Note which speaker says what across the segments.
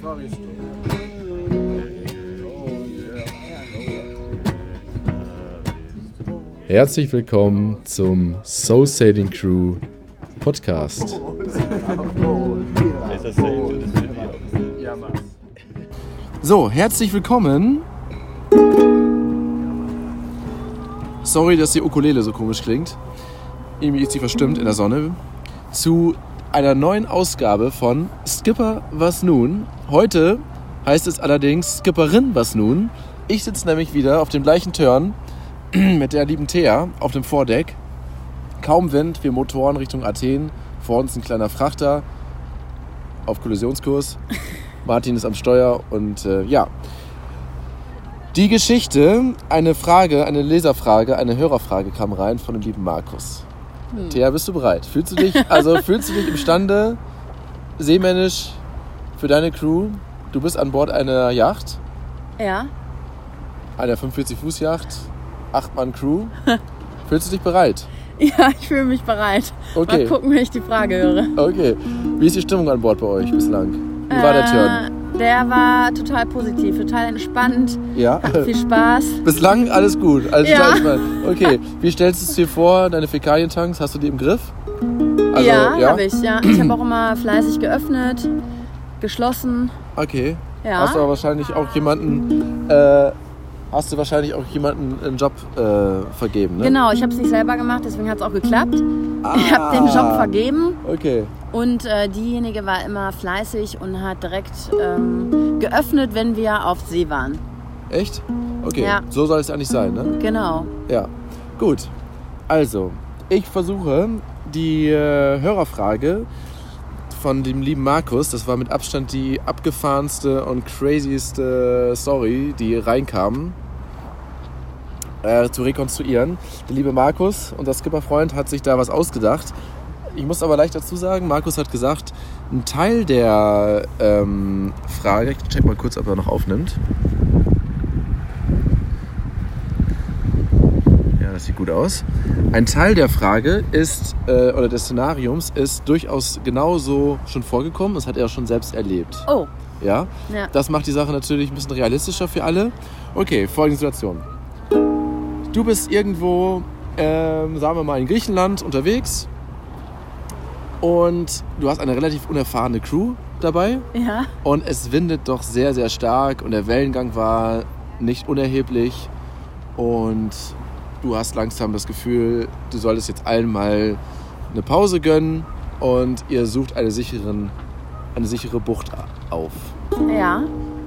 Speaker 1: Ferrari Store. Oh yeah.
Speaker 2: Herzlich willkommen zum Soul Sailing Crew Podcast.
Speaker 3: Ist das safe für das Video?
Speaker 1: Ja, Mann.
Speaker 2: So, herzlich willkommen. Sorry, dass die Ukulele so komisch klingt. Irgendwie ist sie verstimmt in der Sonne. Zu einer neuen Ausgabe von Skipper Was Nun. Heute heißt es allerdings Skipperin Was Nun. Ich sitze nämlich wieder auf dem gleichen Turn mit der lieben Thea auf dem Vordeck. Kaum Wind, wir Motoren Richtung Athen. Vor uns ein kleiner Frachter auf Kollisionskurs. Martin ist am Steuer und äh, ja. Die Geschichte, eine Frage, eine Leserfrage, eine Hörerfrage kam rein von dem lieben Markus. Thea, bist du bereit? Fühlst du dich, also fühlst du dich imstande, seemännisch für deine Crew? Du bist an Bord einer Yacht,
Speaker 4: Ja,
Speaker 2: einer 45-Fuß-Yacht, 8-Mann-Crew. Fühlst du dich bereit?
Speaker 4: ja, ich fühle mich bereit.
Speaker 2: Okay.
Speaker 4: Mal gucken, wenn ich die Frage höre.
Speaker 2: Okay. Wie ist die Stimmung an Bord bei euch bislang? Wie war der Turn?
Speaker 4: Äh, der war total positiv, total entspannt,
Speaker 2: Ja?
Speaker 4: Äh, viel Spaß.
Speaker 2: Bislang alles gut. Also
Speaker 4: Ja.
Speaker 2: alles mal. Okay, wie stellst du es dir vor, deine Fäkalientanks? Hast du die im Griff? Also,
Speaker 4: ja, habe ich, ja. Ich habe auch immer fleißig geöffnet, geschlossen.
Speaker 2: Okay.
Speaker 4: Ja.
Speaker 2: Hast du aber wahrscheinlich auch jemanden, äh, hast du wahrscheinlich auch jemanden einen Job äh, vergeben, ne?
Speaker 4: Genau, ich habe es nicht selber gemacht, deswegen hat es auch geklappt. Genau, Ich habe den
Speaker 2: Ah.
Speaker 4: Job vergeben
Speaker 2: Okay.
Speaker 4: und äh, diejenige war immer fleißig und hat direkt ähm, geöffnet, wenn wir auf See waren.
Speaker 2: Echt? Okay.
Speaker 4: Ja.
Speaker 2: So soll es eigentlich sein, ne?
Speaker 4: Genau.
Speaker 2: Ja. Gut. Also, ich versuche die äh, Hörerfrage von dem lieben Markus, das war mit Abstand die abgefahrenste und crazyste Story, die reinkam, äh, zu rekonstruieren. Der liebe Markus, unser Skipperfreund, hat sich da was ausgedacht. Ich muss aber leicht dazu sagen, Markus hat gesagt, ein Teil der ähm, Frage, ich check mal kurz, ob er noch aufnimmt. Ja, das sieht gut aus. Ein Teil der Frage ist, äh, oder des Szenariums, ist durchaus genauso schon vorgekommen. Das hat er schon selbst erlebt.
Speaker 4: Oh,
Speaker 2: Ja?
Speaker 4: ja.
Speaker 2: Das macht die Sache natürlich ein bisschen realistischer für alle. Okay, folgende Situation. Du bist irgendwo, ähm, sagen wir mal, in Griechenland unterwegs und du hast eine relativ unerfahrene Crew dabei
Speaker 4: ja.
Speaker 2: und es windet doch sehr, sehr stark und der Wellengang war nicht unerheblich und du hast langsam das Gefühl, du solltest jetzt allen mal eine Pause gönnen und ihr sucht eine, sicheren, eine sichere Bucht auf.
Speaker 4: Ja.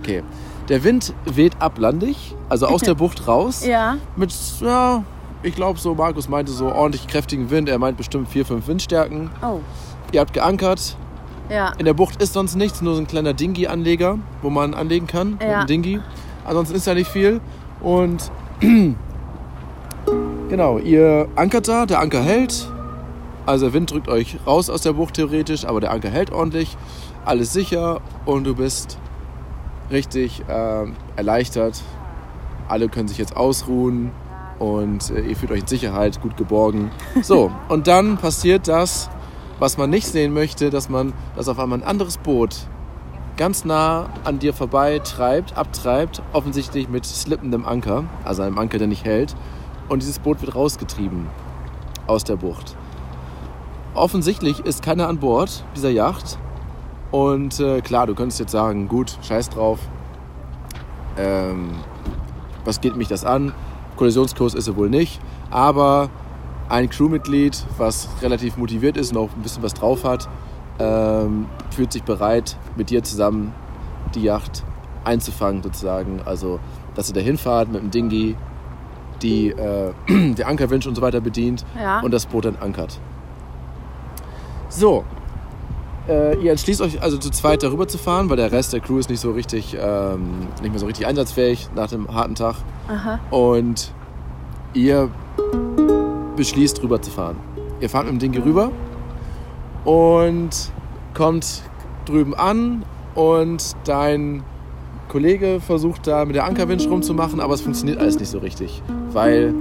Speaker 2: Okay. Der Wind weht ablandig, also aus der Bucht raus.
Speaker 4: Ja.
Speaker 2: Mit, ja, ich glaube so, Markus meinte so ordentlich kräftigen Wind. Er meint bestimmt 4, 5 Windstärken.
Speaker 4: Oh.
Speaker 2: Ihr habt geankert.
Speaker 4: Ja.
Speaker 2: In der Bucht ist sonst nichts, nur so ein kleiner Dingi-Anleger, wo man anlegen kann.
Speaker 4: Ja.
Speaker 2: Ein Dingi. Ansonsten ist da nicht viel. Und genau, ihr ankert da, der Anker hält. Also der Wind drückt euch raus aus der Bucht theoretisch, aber der Anker hält ordentlich. Alles sicher und du bist richtig ähm, erleichtert. Alle können sich jetzt ausruhen und äh, ihr fühlt euch in Sicherheit, gut geborgen. So, und dann passiert das, was man nicht sehen möchte, dass man, dass auf einmal ein anderes Boot ganz nah an dir vorbei treibt, abtreibt, offensichtlich mit slippendem Anker, also einem Anker, der nicht hält. Und dieses Boot wird rausgetrieben aus der Bucht. Offensichtlich ist keiner an Bord dieser Yacht. Und äh, klar, du könntest jetzt sagen, gut, scheiß drauf. Ähm, was geht mich das an? Kollisionskurs ist er wohl nicht. Aber ein Crewmitglied, was relativ motiviert ist und auch ein bisschen was drauf hat, ähm, fühlt sich bereit, mit dir zusammen die Yacht einzufangen sozusagen. Also, dass ihr dahin fahrt mit dem Dinghy, die, äh, der Ankerwinch und so weiter bedient
Speaker 4: Ja.
Speaker 2: und das Boot dann ankert. So, äh, ihr entschließt euch also zu zweit darüber zu fahren, weil der Rest der Crew ist nicht so richtig, ähm, nicht mehr so richtig einsatzfähig nach dem harten Tag.
Speaker 4: Aha.
Speaker 2: Und ihr beschließt rüber zu fahren. Ihr fahrt mit dem Ding hier rüber und kommt drüben an und dein Kollege versucht da mit der Ankerwinch rumzumachen, aber es funktioniert alles nicht so richtig, weil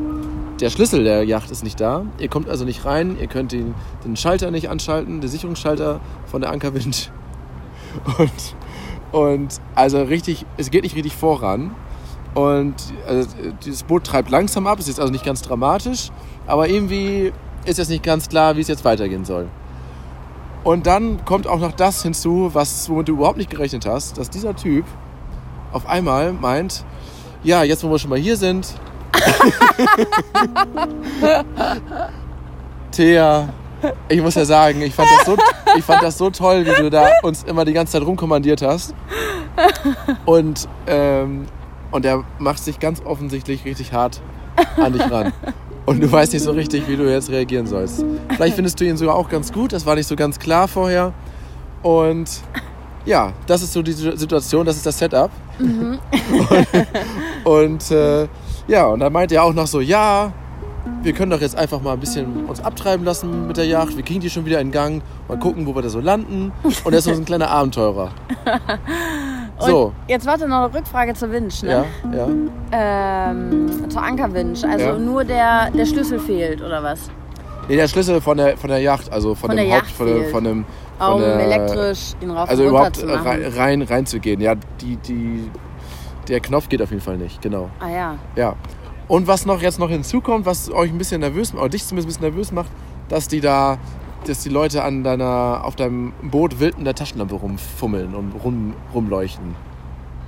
Speaker 2: der Schlüssel der Yacht ist nicht da. Ihr kommt also nicht rein, ihr könnt den, den Schalter nicht anschalten, den Sicherungsschalter von der Ankerwinch. Und Und also richtig, es geht nicht richtig voran. Und also, dieses Boot treibt langsam ab, ist jetzt also nicht ganz dramatisch, aber irgendwie ist jetzt nicht ganz klar, wie es jetzt weitergehen soll. Und dann kommt auch noch das hinzu, was, womit du überhaupt nicht gerechnet hast, dass dieser Typ auf einmal meint, ja, jetzt wo wir schon mal hier sind, Thea, ich muss ja sagen, ich fand, das so, ich fand das so toll, wie du da uns immer die ganze Zeit rumkommandiert hast. Und, ähm, und er macht sich ganz offensichtlich richtig hart an dich ran. Und du weißt nicht so richtig, wie du jetzt reagieren sollst. Vielleicht findest du ihn sogar auch ganz gut, das war nicht so ganz klar vorher. Und ja, das ist so die Situation, das ist das Setup. Und, und äh, ja, und dann meint er auch noch so, ja, wir können doch jetzt einfach mal ein bisschen uns abtreiben lassen mit der Yacht. Wir kriegen die schon wieder in Gang. Mal gucken, wo wir da so landen. Und er ist so ein kleiner Abenteurer.
Speaker 4: Und
Speaker 2: So,
Speaker 4: Jetzt warte noch eine Rückfrage zur Winch,
Speaker 2: ja,
Speaker 4: ne?
Speaker 2: ja.
Speaker 4: Ähm, zur Ankerwinch. Also
Speaker 2: Ja.
Speaker 4: nur der, der Schlüssel fehlt, oder was?
Speaker 2: Nee, der Schlüssel von der, von der Yacht, also von,
Speaker 4: Von
Speaker 2: dem
Speaker 4: der
Speaker 2: Haupt,
Speaker 4: Yacht
Speaker 2: von, dem-
Speaker 4: fehlt.
Speaker 2: von dem,
Speaker 4: Oh,
Speaker 2: von
Speaker 4: um
Speaker 2: der,
Speaker 4: elektrisch ihn rauf
Speaker 2: also
Speaker 4: und runter
Speaker 2: überhaupt
Speaker 4: zu
Speaker 2: äh,
Speaker 4: machen.
Speaker 2: rein, rein reinzugehen. Ja, die, die, der Knopf geht auf jeden Fall nicht, genau.
Speaker 4: Ah ja.
Speaker 2: Ja. Und was noch jetzt noch hinzukommt, was euch ein bisschen nervös, oder dich zumindest ein bisschen nervös macht, dass die da, dass die Leute an deiner, auf deinem Boot wild in der Taschenlampe rumfummeln und rum, rumleuchten.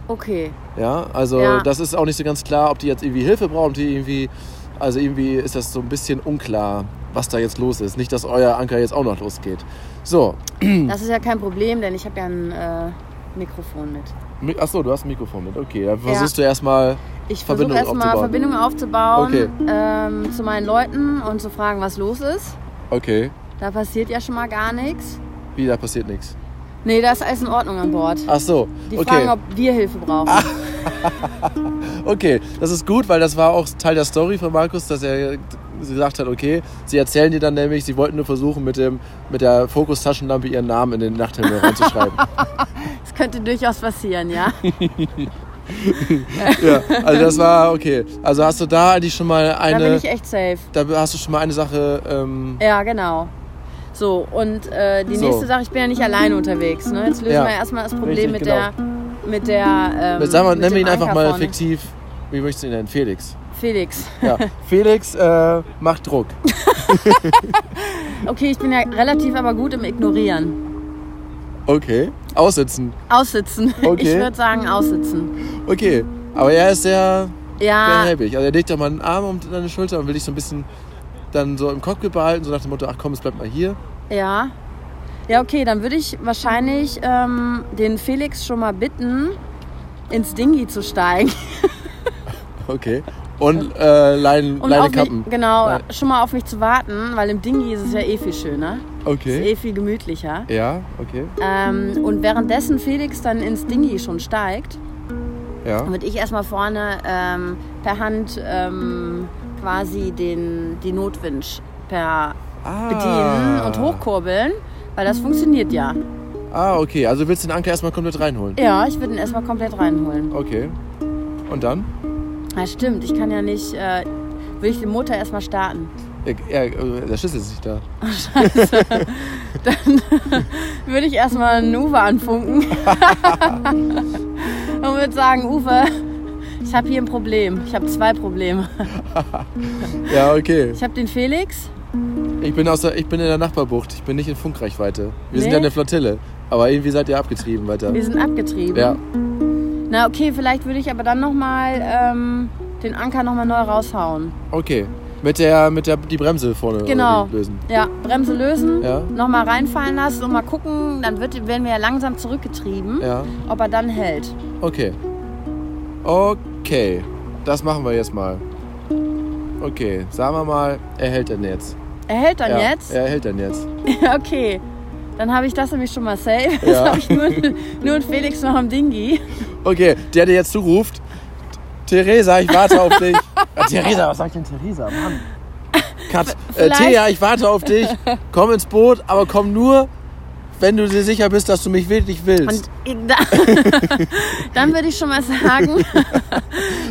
Speaker 4: Okay.
Speaker 2: Ja, also
Speaker 4: Ja.
Speaker 2: das ist auch nicht so ganz klar, ob die jetzt irgendwie Hilfe brauchen, ob die irgendwie, also irgendwie ist das so ein bisschen unklar, was da jetzt los ist. Nicht, dass euer Anker jetzt auch noch losgeht. So,
Speaker 4: Das ist ja kein Problem, denn ich habe ja ein äh, Mikrofon mit.
Speaker 2: Mi- achso, du hast ein Mikrofon mit, okay. Dann versuchst du erstmal,
Speaker 4: Ich versuche
Speaker 2: Verbindung
Speaker 4: erstmal
Speaker 2: aufzubauen.
Speaker 4: Verbindung aufzubauen
Speaker 2: Okay.
Speaker 4: ähm, zu meinen Leuten und zu fragen, was los ist.
Speaker 2: okay,
Speaker 4: Da passiert ja schon mal gar nichts.
Speaker 2: wie, da passiert nichts.
Speaker 4: Nee, da ist alles in Ordnung an Bord.
Speaker 2: Ach so,
Speaker 4: Die
Speaker 2: okay. Ah.
Speaker 4: fragen, ob wir Hilfe brauchen.
Speaker 2: Okay, das ist gut, weil das war auch Teil der Story von Markus, dass er gesagt hat, okay, sie erzählen dir dann nämlich, sie wollten nur versuchen, mit, dem, mit der Fokus-Taschenlampe ihren Namen in den Nachthimmel reinzuschreiben.
Speaker 4: Das könnte durchaus passieren, ja.
Speaker 2: ja, also das war okay. Also hast du da eigentlich schon mal
Speaker 4: Da bin
Speaker 2: eine,
Speaker 4: ich echt safe.
Speaker 2: da hast du schon mal eine Sache, ähm,
Speaker 4: Ja, genau. So, und äh, die
Speaker 2: So.
Speaker 4: nächste Sache, ich bin ja nicht alleine unterwegs. Ne? Jetzt lösen
Speaker 2: Ja.
Speaker 4: wir erstmal das
Speaker 2: Richtig,
Speaker 4: Problem mit
Speaker 2: genau.
Speaker 4: der. Mit der. Ähm,
Speaker 2: sag mal,
Speaker 4: mit
Speaker 2: nennen wir ihn
Speaker 4: dem
Speaker 2: einfach
Speaker 4: Anker
Speaker 2: mal
Speaker 4: vorne.
Speaker 2: fiktiv, wie möchtest du ihn nennen? Felix.
Speaker 4: Felix.
Speaker 2: Ja, Felix äh, macht Druck.
Speaker 4: Okay, ich bin ja relativ aber gut im Ignorieren.
Speaker 2: Okay, aussitzen.
Speaker 4: Aussitzen. Ich
Speaker 2: Okay.
Speaker 4: würde sagen, aussitzen.
Speaker 2: Okay, aber er ist sehr
Speaker 4: Ja,
Speaker 2: behäbig. Also er legt doch mal einen Arm um deine Schulter und will dich so ein bisschen dann so im Cockpit behalten, so nach dem Motto, ach komm, es bleibt mal hier.
Speaker 4: ja. Ja, okay, dann würde ich wahrscheinlich ähm, den Felix schon mal bitten, ins Dingi zu steigen.
Speaker 2: Okay. Und äh, Leinen,
Speaker 4: Und
Speaker 2: Leine
Speaker 4: Um auf
Speaker 2: kappen.
Speaker 4: mich, genau,
Speaker 2: Leine-
Speaker 4: schon mal auf mich zu warten, weil im Dingi ist es ja eh viel schöner. Ist
Speaker 2: Okay.
Speaker 4: eh viel gemütlicher.
Speaker 2: Ja, okay.
Speaker 4: Ähm, und währenddessen Felix dann ins Dingi schon steigt,
Speaker 2: Ja.
Speaker 4: würde ich erstmal vorne ähm, per Hand ähm, quasi den, die Notwinch per
Speaker 2: Ah.
Speaker 4: bedienen und hochkurbeln, weil das funktioniert ja.
Speaker 2: Ah, okay. Also willst du den Anker erstmal komplett reinholen.
Speaker 4: Ja, ich würde ihn erstmal komplett reinholen.
Speaker 2: Okay. Und dann?
Speaker 4: Ja, stimmt, ich kann ja nicht, äh, will ich den Motor erstmal starten.
Speaker 2: Ja, ja, äh, der Schlüssel ist nicht da.
Speaker 4: Würde ich erstmal einen Uwe anfunken und würde sagen, Uwe, ich habe hier ein Problem. Ich habe zwei Probleme.
Speaker 2: Ja, okay.
Speaker 4: Ich habe den Felix
Speaker 2: Ich bin, aus der, ich bin in der Nachbarbucht. Ich bin nicht in Funkreichweite. Wir sind
Speaker 4: Nee?
Speaker 2: ja eine Flottille. Aber irgendwie seid ihr abgetrieben weiter.
Speaker 4: Wir sind abgetrieben.
Speaker 2: Ja.
Speaker 4: Na okay, vielleicht würde ich aber dann nochmal ähm, den Anker nochmal neu raushauen.
Speaker 2: Okay. Mit der, mit der die Bremse vorne oder
Speaker 4: Genau.
Speaker 2: wie lösen.
Speaker 4: Ja, Bremse lösen,
Speaker 2: Ja.
Speaker 4: nochmal reinfallen lassen und mal gucken. Dann wird, werden wir ja langsam zurückgetrieben,
Speaker 2: Ja.
Speaker 4: ob er dann hält.
Speaker 2: Okay. Okay. Das machen wir jetzt mal. Okay. Sagen wir mal, er hält denn jetzt.
Speaker 4: Er hält dann
Speaker 2: ja,
Speaker 4: jetzt?
Speaker 2: Er hält denn jetzt.
Speaker 4: okay. Dann habe ich das nämlich schon mal safe. Jetzt
Speaker 2: Ja.
Speaker 4: habe ich nur, nur einen Felix noch am Dingi.
Speaker 2: Okay, der, der jetzt zuruft. Theresa, ich warte auf dich. Ah, Theresa, was sagt denn Theresa? Mann. Kat, äh,
Speaker 4: vielleicht-
Speaker 2: Thea, ich warte auf dich. Komm ins Boot, aber komm nur, wenn du dir sicher bist, dass du mich wirklich willst.
Speaker 4: Und ich- da, dann würde ich schon mal sagen,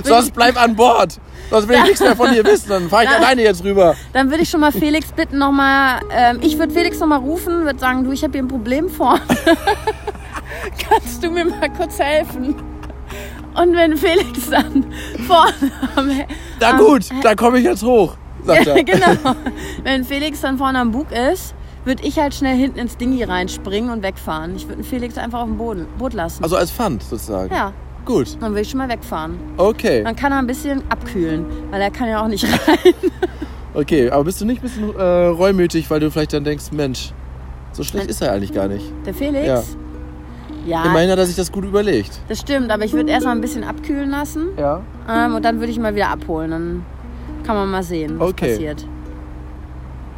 Speaker 2: Sonst bleib an Bord. Sonst will ich nichts mehr von dir wissen. Dann fahr ich alleine jetzt rüber.
Speaker 4: dann würde ich schon mal Felix bitten nochmal, ähm, ich würde Felix nochmal rufen, würde sagen, du, ich habe hier ein Problem vor. kannst du mir mal kurz helfen? Und wenn Felix dann vorne am,
Speaker 2: Na
Speaker 4: am-
Speaker 2: gut, da komme ich jetzt hoch, sagt
Speaker 4: Ja,
Speaker 2: er.
Speaker 4: genau. Wenn Felix dann vorne am Bug ist, würde ich halt schnell hinten ins Dingi reinspringen und wegfahren. Ich würde Felix einfach auf dem Boden, Boot lassen.
Speaker 2: Also als Pfand sozusagen.
Speaker 4: ja,
Speaker 2: Gut,
Speaker 4: dann würde ich schon mal wegfahren.
Speaker 2: okay.
Speaker 4: Dann kann er ein bisschen abkühlen, weil er kann ja auch nicht rein.
Speaker 2: Okay, aber bist du nicht ein bisschen äh, reumütig, weil du vielleicht dann denkst, Mensch, so schlecht ist er eigentlich gar nicht.
Speaker 4: Der Felix? Ja,
Speaker 2: Immerhin hat er sich das gut überlegt.
Speaker 4: das stimmt, aber ich würde erst mal ein bisschen abkühlen lassen
Speaker 2: Ja.
Speaker 4: ähm, und dann würde ich ihn mal wieder abholen. Dann kann man mal sehen, was
Speaker 2: Okay.
Speaker 4: passiert.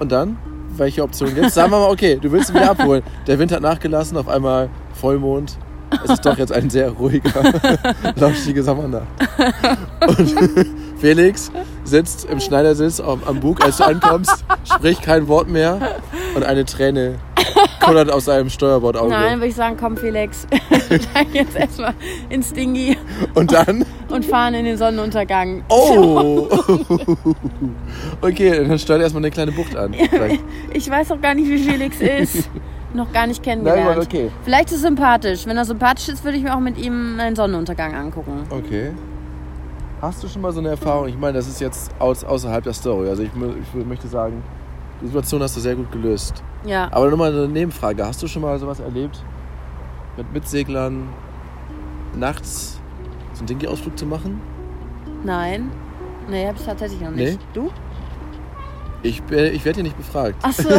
Speaker 2: Und dann? Welche Option gibt's? Sagen wir mal, okay, du willst ihn wieder abholen. Der Wind hat nachgelassen, auf einmal Vollmond. Es ist doch jetzt ein sehr ruhiger, lauschiger Sommernacht. Und Felix sitzt im Schneidersitz am, am Bug, als du ankommst, spricht kein Wort mehr und eine Träne kullert aus seinem
Speaker 4: Nein,
Speaker 2: Steuerbordauge.
Speaker 4: würde ich sagen, komm Felix, dann jetzt erstmal ins Dingi
Speaker 2: Und dann
Speaker 4: und fahren in den Sonnenuntergang.
Speaker 2: Oh! Okay, dann steuert erstmal eine kleine Bucht an. Vielleicht.
Speaker 4: Ich weiß auch gar nicht, wie Felix ist. Noch gar nicht kennengelernt.
Speaker 2: Nein, aber okay.
Speaker 4: Vielleicht ist er sympathisch. Wenn er sympathisch ist, würde ich mir auch mit ihm einen Sonnenuntergang angucken.
Speaker 2: Okay. Hast du schon mal so eine Erfahrung? Ich meine, das ist jetzt aus, außerhalb der Story. Also ich, mö- ich wür- möchte sagen, die Situation hast du sehr gut gelöst.
Speaker 4: Ja.
Speaker 2: Aber nochmal eine Nebenfrage. Hast du schon mal sowas erlebt, mit Mitseglern nachts so einen Dinky-Ausflug zu machen?
Speaker 4: Nein. Nee, hab ich tatsächlich noch nicht.
Speaker 2: Nee?
Speaker 4: Du?
Speaker 2: Ich, äh, ich werde hier nicht befragt.
Speaker 4: Ach so.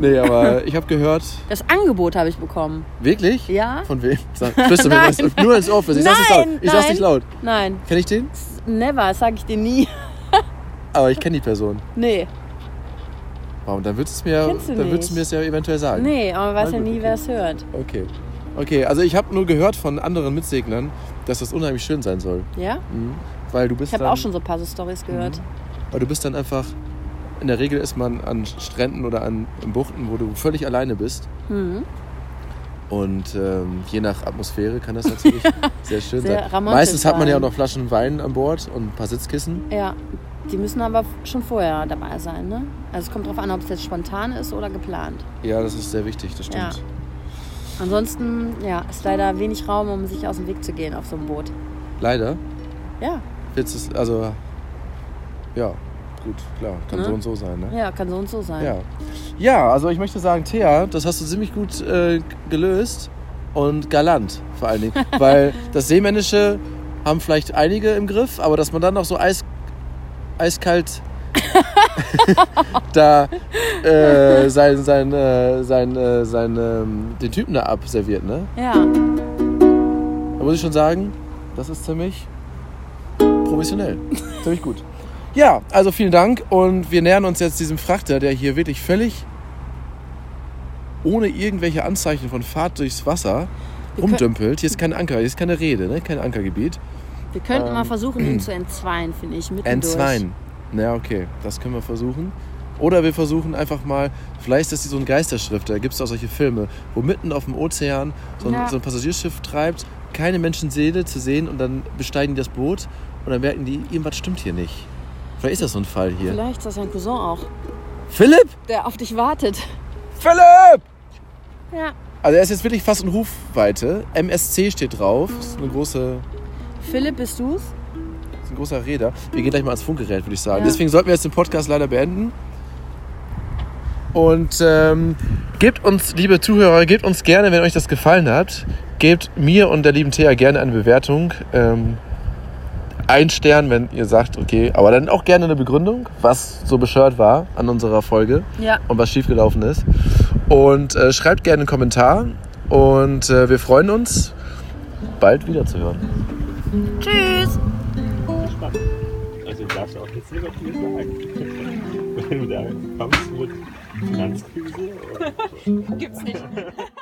Speaker 2: Nee, aber ich habe gehört,
Speaker 4: Das Angebot habe ich bekommen.
Speaker 2: wirklich?
Speaker 4: Ja?
Speaker 2: Von wem? Sag, flüster mir
Speaker 4: Nein.
Speaker 2: was- nur ins Ohr. Ich sag's nicht laut.
Speaker 4: Nein,
Speaker 2: Ich sag's nicht
Speaker 4: nein.
Speaker 2: laut.
Speaker 4: Nein.
Speaker 2: Kenn ich den?
Speaker 4: Never, das sag ich dir nie.
Speaker 2: Aber ich kenne die Person.
Speaker 4: Nee.
Speaker 2: Wow, dann würdest du mir,
Speaker 4: Kennst du
Speaker 2: dann würdest
Speaker 4: nicht.
Speaker 2: du mir es ja eventuell sagen.
Speaker 4: Nee, aber man weiß
Speaker 2: Na
Speaker 4: ja
Speaker 2: gut,
Speaker 4: nie,
Speaker 2: okay.
Speaker 4: wer es hört.
Speaker 2: Okay. Okay, also ich habe nur gehört von anderen Mitsegnern, dass das unheimlich schön sein soll.
Speaker 4: Ja?
Speaker 2: Mhm. Weil du bist
Speaker 4: Ich habe
Speaker 2: dann,
Speaker 4: auch schon so ein paar so Stories gehört.
Speaker 2: weil du bist dann einfach. In der Regel ist man an Stränden oder an in Buchten, wo du völlig alleine bist.
Speaker 4: Mhm.
Speaker 2: Und ähm, je nach Atmosphäre kann das natürlich sehr schön
Speaker 4: Sehr
Speaker 2: sein.
Speaker 4: romantisch
Speaker 2: Meistens hat man ja auch
Speaker 4: sein.
Speaker 2: noch Flaschen Wein an Bord und ein paar Sitzkissen.
Speaker 4: Ja. Die müssen aber schon vorher dabei sein, ne? Also es kommt drauf an, ob es jetzt spontan ist oder geplant.
Speaker 2: Ja, das ist sehr wichtig, das stimmt.
Speaker 4: Ja. Ansonsten, ja, ist leider wenig Raum, um sich aus dem Weg zu gehen auf so einem Boot.
Speaker 2: Leider
Speaker 4: Ja,
Speaker 2: wird es, also, ja, gut, klar, kann
Speaker 4: Ne?
Speaker 2: so und so sein. Ne?
Speaker 4: ja, kann so und so sein.
Speaker 2: Ja. ja, also ich möchte sagen, Thea, das hast du ziemlich gut äh, gelöst und galant vor allen Dingen. weil das Seemännische haben vielleicht einige im Griff, aber dass man dann noch so eis, eiskalt da äh, sein, sein, äh, sein, äh, sein, ähm, den Typen da abserviert, ne?
Speaker 4: Ja,
Speaker 2: Da muss ich schon sagen, das ist ziemlich professionell. ziemlich gut. Ja, also vielen Dank und wir nähern uns jetzt diesem Frachter, der hier wirklich völlig ohne irgendwelche Anzeichen von Fahrt durchs Wasser
Speaker 4: können-
Speaker 2: rumdümpelt. Hier ist kein Anker, hier ist keine Rede, ne? kein Ankergebiet.
Speaker 4: wir könnten
Speaker 2: Ähm.
Speaker 4: mal versuchen, ihn zu entzweien, finde ich. mittendurch.
Speaker 2: Entzwein. Na ja, okay, das können wir versuchen. Oder wir versuchen einfach mal, vielleicht ist das so ein Geisterschrift, da gibt es auch solche Filme, wo mitten auf dem Ozean so ein,
Speaker 4: Ja.
Speaker 2: so ein Passagierschiff treibt, keine Menschenseele zu sehen und dann besteigen die das Boot und dann merken die, irgendwas stimmt hier nicht. Vielleicht ist das so ein Fall hier.
Speaker 4: Vielleicht ist das ja ein Cousin auch,
Speaker 2: Philipp!
Speaker 4: der auf dich wartet.
Speaker 2: Philipp!
Speaker 4: Ja.
Speaker 2: Also er ist jetzt wirklich fast in Rufweite. MSC steht drauf, ist eine große
Speaker 4: Philipp, bist du's?
Speaker 2: Das ist ein großer Räder. Wir gehen gleich mal ans Funkgerät, würde ich sagen.
Speaker 4: Ja.
Speaker 2: Deswegen sollten wir jetzt den Podcast leider beenden. Und ähm, gebt uns, liebe Zuhörer, gebt uns gerne, wenn euch das gefallen hat, gebt mir und der lieben Thea gerne eine Bewertung. Ähm, ein Stern, wenn ihr sagt, okay, aber dann auch gerne eine Begründung, was so bescheuert war an unserer Folge
Speaker 4: Ja.
Speaker 2: und was schiefgelaufen ist. Und äh, schreibt gerne einen Kommentar und äh, wir freuen uns, bald wieder zu hören.
Speaker 4: Tschüss.
Speaker 1: Also darfst du auch jetzt nicht was zu mir sagen. Wenn du da kommst mit Finanzkrise und
Speaker 4: Gibt's nicht.